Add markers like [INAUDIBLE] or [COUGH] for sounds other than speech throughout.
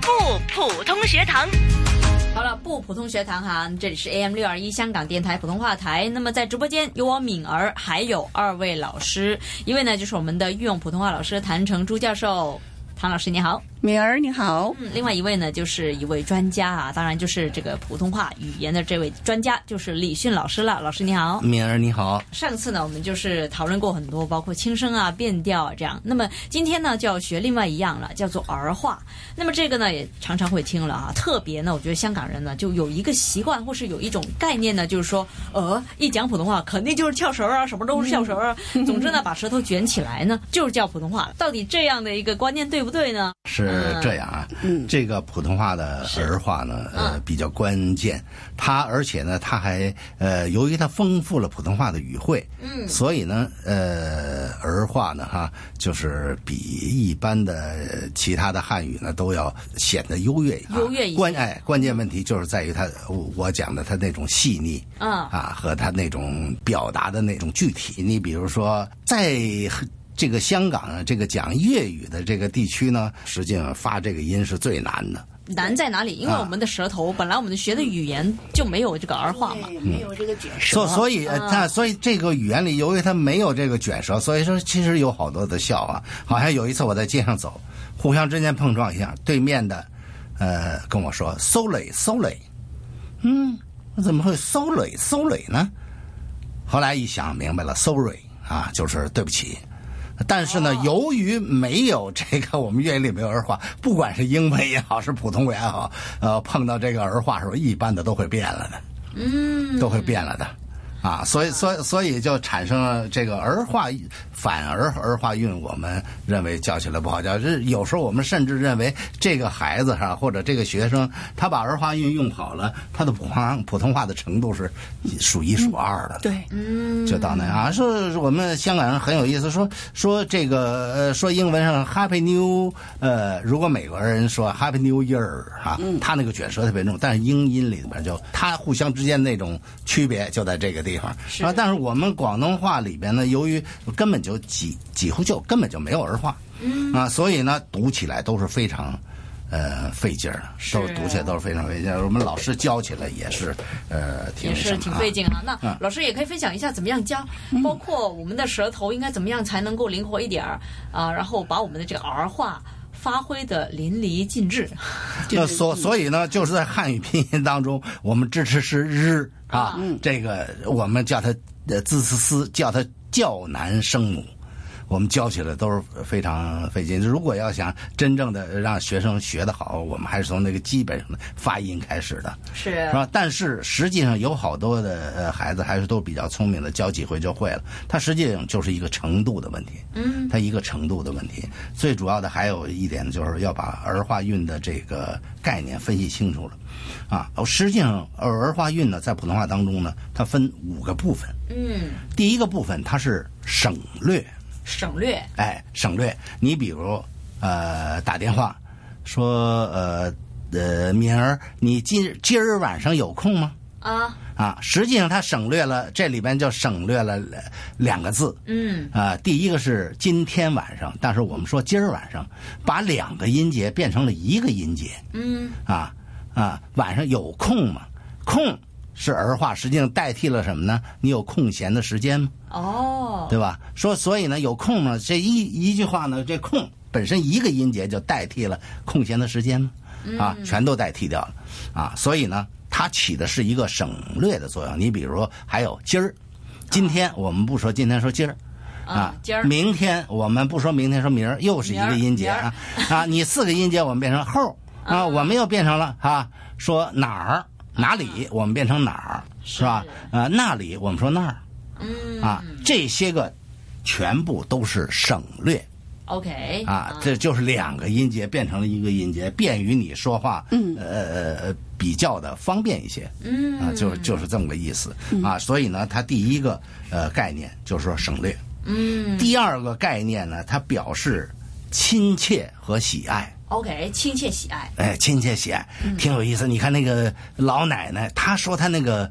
普通学堂。好了，不普通学堂哈，这里是 AM 六二一香港电台普通话台。那么在直播间有我敏儿，还有二位老师，一位呢就是我们的御用普通话老师谭成珠教授，谭老师你好。敏儿你好，嗯，另外一位呢就是一位专家啊，当然就是这个普通话语言的这位专家，就是李迅老师了。老师你好。敏儿你好，上次呢，我们就是讨论过很多，包括轻声啊、变调啊这样。那么今天呢，就要学另外一样了，叫做儿化。那么这个呢，也常常会听了啊。特别呢，我觉得香港人呢，就有一个习惯，或是有一种概念呢，就是说，呃，一讲普通话肯定就是翘舌儿啊，什么都是翘舌儿啊。总之呢，把舌头卷起来呢，就是叫普通话了。到底这样的一个观念对不对呢？是这样啊，嗯这个普通话的儿化呢，嗯呃，比较关键，它而且呢，它还呃，由于它丰富了普通话的语汇，嗯，所以呢，呃，儿化呢，哈，就是比一般的其他的汉语呢，都要显得优越、啊，优越一些关哎，关键问题就是在于它，我我讲的它那种细腻，嗯啊，和他那种表达的那种具体。你比如说，在这个香港啊，这个讲粤语的这个地区呢，实际上发这个音是最难的。难在哪里？因为啊我们的舌头，本来我们学的语言就没有这个儿化嘛。没有这个解释所所以，呃它所以这个语言里，由于它没有这个卷舌，所以说其实有好多的笑话。好像有一次我在街上走，互相之间碰撞一下，对面的，呃，跟我说 “sorry sorry”，嗯，我怎么会 “sorry sorry” 呢？后来一想明白了，“sorry” 啊，就是对不起。但是呢，由于没有这个我们粤语里没有儿化，不管是英文也好，是普通话也好，呃，碰到这个儿化的时候，一般的都会变了的。都会变了的。啊，所以，所以，所以就产生了这个儿化，反而儿化韵，我们认为教起来不好教。这有时候我们甚至认为这个孩子哈，或者这个学生，他把儿化韵用好了，他的普通话普通话的程度是数一数二的。对，嗯就到那啊，说我们香港人很有意思，说说这个呃，说英文上 Happy New 呃，如果美国人说 Happy New Year 哈、嗯他那个卷舌特别重，但是英音里边就他互相之间那种区别就在这个地方啊。但是我们广东话里边呢，由于根本就几几乎就根本就没有儿化，嗯啊，所以呢，读起来都是非常。呃，费劲儿的，都啊是读起来都是非常费劲儿。我们老师教起来也是，呃，挺也那什是么挺啊费劲啊。那嗯老师也可以分享一下怎么样教，包括我们的舌头应该怎么样才能够灵活一点儿啊，然后把我们的这个儿化发挥的淋漓尽致。那所所以呢，就是在汉语拼音当中，我们支持是日啊，这个我们叫它呃字词思，叫它较难声母。我们教起来都是非常费劲。如果要想真正的让学生学得好，我们还是从那个基本上的发音开始的。是是吧？但是实际上有好多的呃孩子还是都比较聪明的，教几回就会了。他实际上就是一个程度的问题，嗯，他一个程度的问题。最主要的还有一点就是要把儿化韵的这个概念分析清楚了，啊，实际上儿化韵呢，在普通话当中呢，它分五个部分。嗯，第一个部分它是省略，省略哎，省略。你比如，呃，打电话说，呃呃，敏儿，你今今儿晚上有空吗？啊，啊，实际上它省略了这里边就省略了呃两个字。嗯，啊，第一个是今天晚上，但是我们说今儿晚上，把两个音节变成了一个音节。嗯，啊啊，晚上有空吗？空是儿化，实际上代替了什么呢？你有空闲的时间吗？哦，对吧？说所以呢，有空呢，这一一句话呢，这空本身一个音节就代替了空闲的时间嘛，啊，全都代替掉了，啊，所以呢，它起的是一个省略的作用。你比如说，还有今儿，今天我们不说今天，说今儿。啊今儿明天我们不说明天，说明儿，又是一个音节啊啊！你四个音节，我们变成后儿啊，我们又变成了啊，说哪儿哪里，我们变成哪儿啊是吧？呃，那里我们说那儿，嗯啊，这些个全部都是省略，OK 啊，这就是两个音节变成了一个音节，便于你说话，嗯，呃呃，比较的方便一些，嗯，啊，就是就是这么个意思啊，所以呢，它第一个呃概念就是说省略，嗯，第二个概念呢，它表示亲切和喜爱， OK，亲切喜爱。哎，亲切些，嗯挺有意思。你看那个老奶奶，她说她那个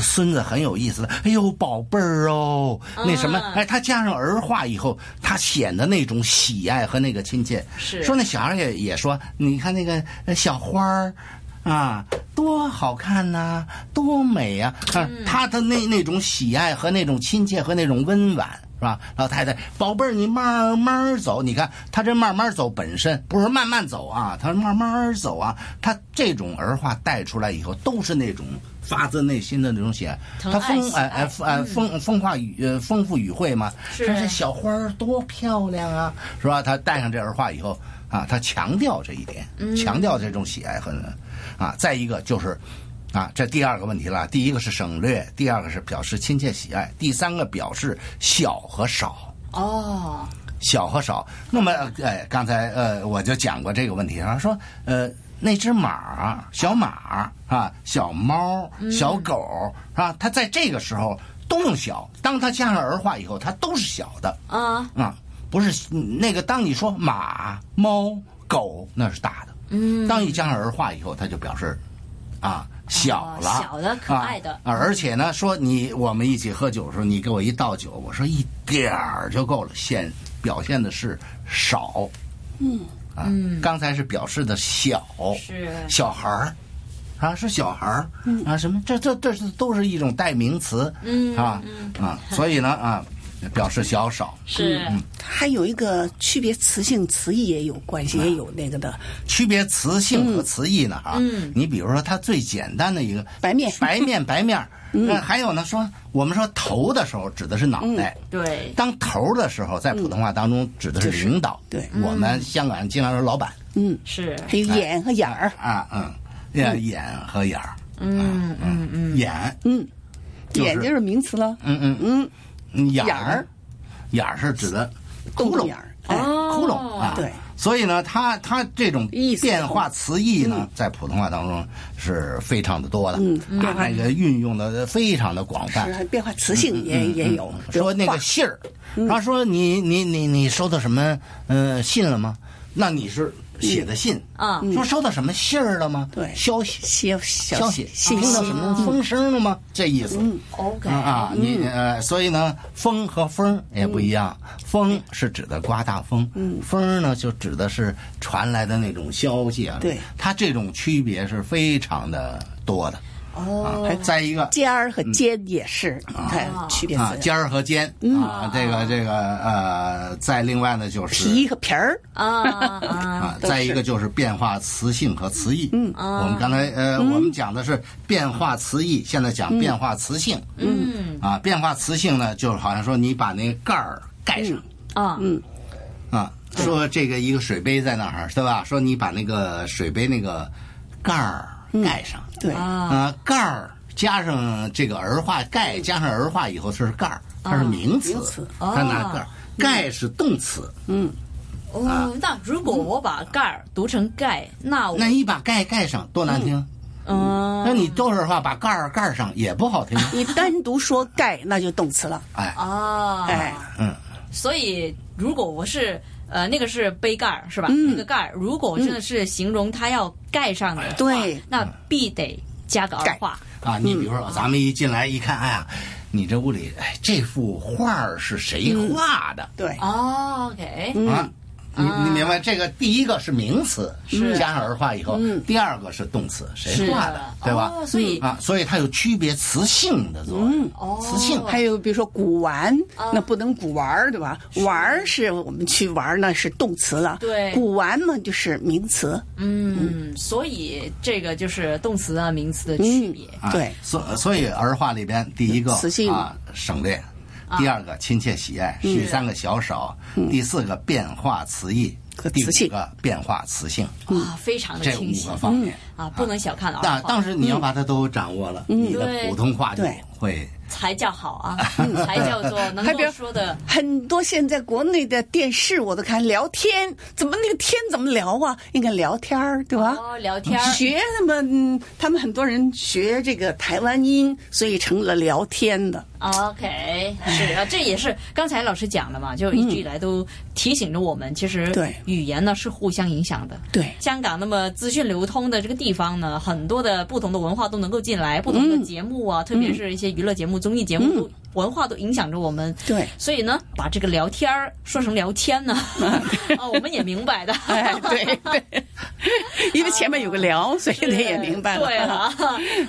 孙子很有意思的，哎呦，宝贝儿哦，那什么，啊哎，她加上儿化以后，她显得那种喜爱和那个亲切。是说那小孩儿也也说，你看那个呃小花儿。啊，多好看呐、多美呀、啊！嗯她的那那种喜爱和那种亲切和那种温婉，是吧？老太太，宝贝儿，你慢慢走。你看她这慢慢走本身不是慢慢走啊，她是慢慢走啊。她这种儿化带出来以后，都是那种发自内心的那种喜爱。疼她爱丰喜哎爱哎丰哎丰丰化语呃丰富语汇嘛。是说这小花儿多漂亮啊，是吧？她戴上这儿化以后啊，她强调这一点，强调这种喜爱和啊。再一个就是。啊，这第二个问题了。第一个是省略，第二个是表示亲切喜爱，第三个表示小和少。哦，小和少。那么，呃，刚才呃我就讲过这个问题啊，说呃那只马，小马啊，小猫，小狗啊，它在这个时候都用小，当它加上儿化以后，它都是小的啊，啊，不是嗯那个。当你说马、猫、狗，那是大的。嗯，哦当你加上儿化以后，它就表示啊。小了，哦小的可爱的啊啊而且呢，说你我们一起喝酒的时候，你给我一倒酒，我说一点儿就够了，显表现的是少，嗯啊，哦刚才是表示的小，是小孩儿。啊，是小孩儿啊，什么？这这这是都是一种代名词，嗯啊啊，所以呢啊，表示小少。是还有一个区别词性词义也有关啊系，也有那个的区别词性和词义呢啊。你比如说，它最简单的一个白面白面白面儿。那还有呢，说我们说头的时候指的是脑袋，对，当头的时候在普通话当中指的是领导。嗯对我们香港人经常说老板是还哎有眼和眼儿，啊，嗯，眼眼和眼儿，啊嗯嗯嗯，眼，嗯，就是眼就是名词了，嗯嗯嗯，嗯，眼眼儿儿，眼儿是指的动窟动窿眼儿，哎，哦窟窿啊，对。所以呢，它它这种意思变化词义呢，在普通话当中是非常的多的，嗯啊变，化那个运用的非常的广泛是。还变化词嗯性也也有，比如说那个画信儿，他说你你你你收到什么呃信了吗？那你是写的信啊说收到什么信儿了吗？对消息些小消息，信听到息什么风声了吗？这意思。 OK，啊啊，你呃，所以呢，风和风也不一样。风是指的刮大风，风呢就指的是传来的那种消息啊。对它这种区别是非常的多的。哦，再一个尖儿和尖也是，看区别嗯啊，词，尖儿和尖啊，这个这个呃，再另外呢就是皮和皮儿，啊啊，啊，都是再一个就是变化词性和词义。嗯，我们刚才呃，我们讲的是变化词义，现在讲变化词性。嗯，啊，变化词性呢，就是好像说你把那盖儿盖上啊，嗯啊，说这个一个水杯在那儿，对吧？说你把那个水杯那个盖儿盖上。嗯对，啊，盖儿加上这个儿化盖，加上儿化以后是盖儿，它是名词，名词嗯它拿盖儿，盖是动词。哦，那如果我把盖儿读成盖，那我那你把盖盖上多难听！嗯那你多少话把盖儿盖儿上也不 [LAUGHS] 好听。你嗯单独说盖那就动词了，哎，啊，哎，所以如果我是呃那个是杯盖儿是吧？嗯那个盖儿，如果真的是形容它要盖上的话，对那必得加个儿化，啊，你比如说，咱们一进来一看，哎呀，你这屋里，哎，这幅画儿是谁嗯画的？对，哦，OK，嗯啊，你你明白这个？第一个是名词，嗯加上儿化以后，第二个是动词，谁画的，对吧？哦所以啊，所以它有区别词性的作用，嗯哦词嗯性。还有比如说古玩，那不能古玩儿，对吧？玩儿是我们去玩儿，那是动词了。对古玩嘛就是名词。嗯，所以这个就是动词啊、名词的区别。啊对，所所以儿化里边第一个词性啊嗯啊省略，第二个亲切喜爱，第三个小少，第四个变化词义和，第词性五嗯个变化词性，啊，非常的嗯这清五晰个。方面。啊，不能小看儿那化，当时你要把它都掌握了，你的对普通话就嗯对会。才叫好啊，嗯才叫做能还够别说的。很多现在国内的电视我都看聊天，怎么那个天怎么聊啊？应该聊天儿，对啊吧？哦，聊天儿学他们、嗯，他们很多人学这个台湾音，所以成了聊天的。 OK，是啊，这也是刚才老师讲了嘛，就一直以来都提醒着我们，其实嗯对语言呢是互相影响的。对香港那么资讯流通的这个地方呢，很多的不同的文化都能够进来，不同嗯的节目啊，特别是一些娱乐节目、综艺节目，都文化都影响着我们。对所以呢，把这个聊天儿说成聊天 [LAUGHS] 呢，啊，我们也明白的。哎，对对，因为前面有个聊，所以他也明白 [LAUGHS] 了。对 [LAUGHS] 啊，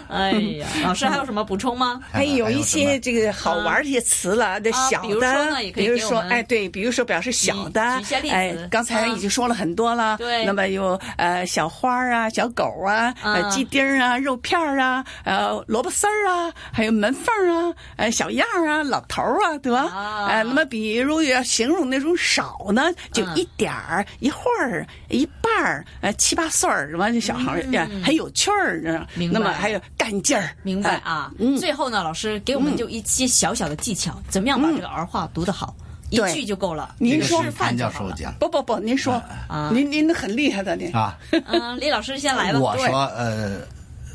哎呀，老师还有什么补充吗？还还哎有一些这个好玩儿的一些词了，这啊小比如的说呢也，可以比如给我说，们哎，对，比如说表示小的举举些例，子哎，刚才啊已经说了很多了。对那么有呃小花儿啊、小狗啊、啊呃鸡丁儿啊、肉片儿啊、呃萝卜丝儿啊，还有门缝儿啊、呃小样儿啊、老头儿啊，对吧？啊哎，那么比如要形容那种少呢，就嗯一点儿、一会儿、一半儿、呃七八岁儿，完这小孩儿呀很有趣儿，嗯嗯明白那么还有干劲儿，明白哎啊。最后呢，老师给我们就一些小小的技巧，怎么样把这个儿化读得好，一嗯对句就够了。您这个说是示潘范就教好授了。讲不不不，您说，啊您您很厉害的，您啊，嗯，李老师先来吧。我说呃，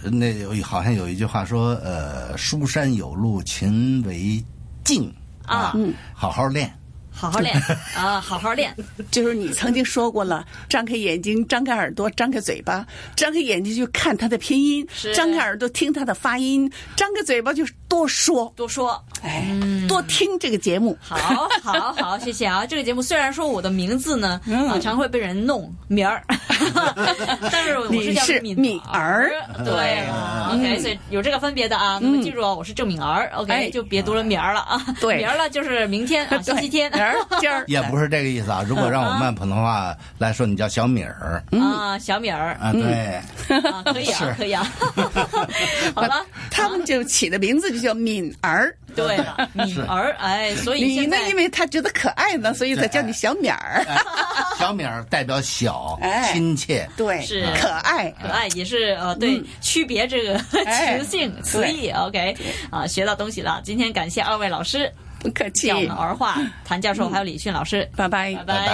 那有好像有一句话说呃，书山有路勤为径啊好好练。好好练啊，好好练。就是你曾经说过了，张开眼睛，张开耳朵，张开嘴巴，张开眼睛就看它的拼音是，张开耳朵听它的发音，张开嘴巴就是多说，多说。哎，多听这个节目。好，好，好，谢谢啊！这个节目虽然说我的名字呢，嗯啊，常会被人弄名儿， [LAUGHS] 但是我是你叫是敏儿敏儿，嗯对啊，OK，所以有这个分别的啊。那么记住啊，我是郑敏儿，OK，哎就别读了名儿了啊，对 [LAUGHS] 名儿了就是明天啊，星期天对 [LAUGHS] [LAUGHS] 儿今 [LAUGHS] 儿也不是这个意思啊，如果让我们按普通话来说，你叫小米儿嗯啊，小敏儿啊，对，啊，可以啊，可 [LAUGHS] 以啊，好了。他们就起的名字就叫敏儿，对了，敏儿，哎，所以呃你现呢在，因为他觉得可爱呢，所以才叫你小敏儿，小米儿代表小哎亲切，对，是可爱。可爱也是呃，对，区别这个嗯哎词性词义，OK，啊，学到东西了。今天感谢二位老师不客气教，我们儿化，谭教授还有李迅老师，拜拜拜。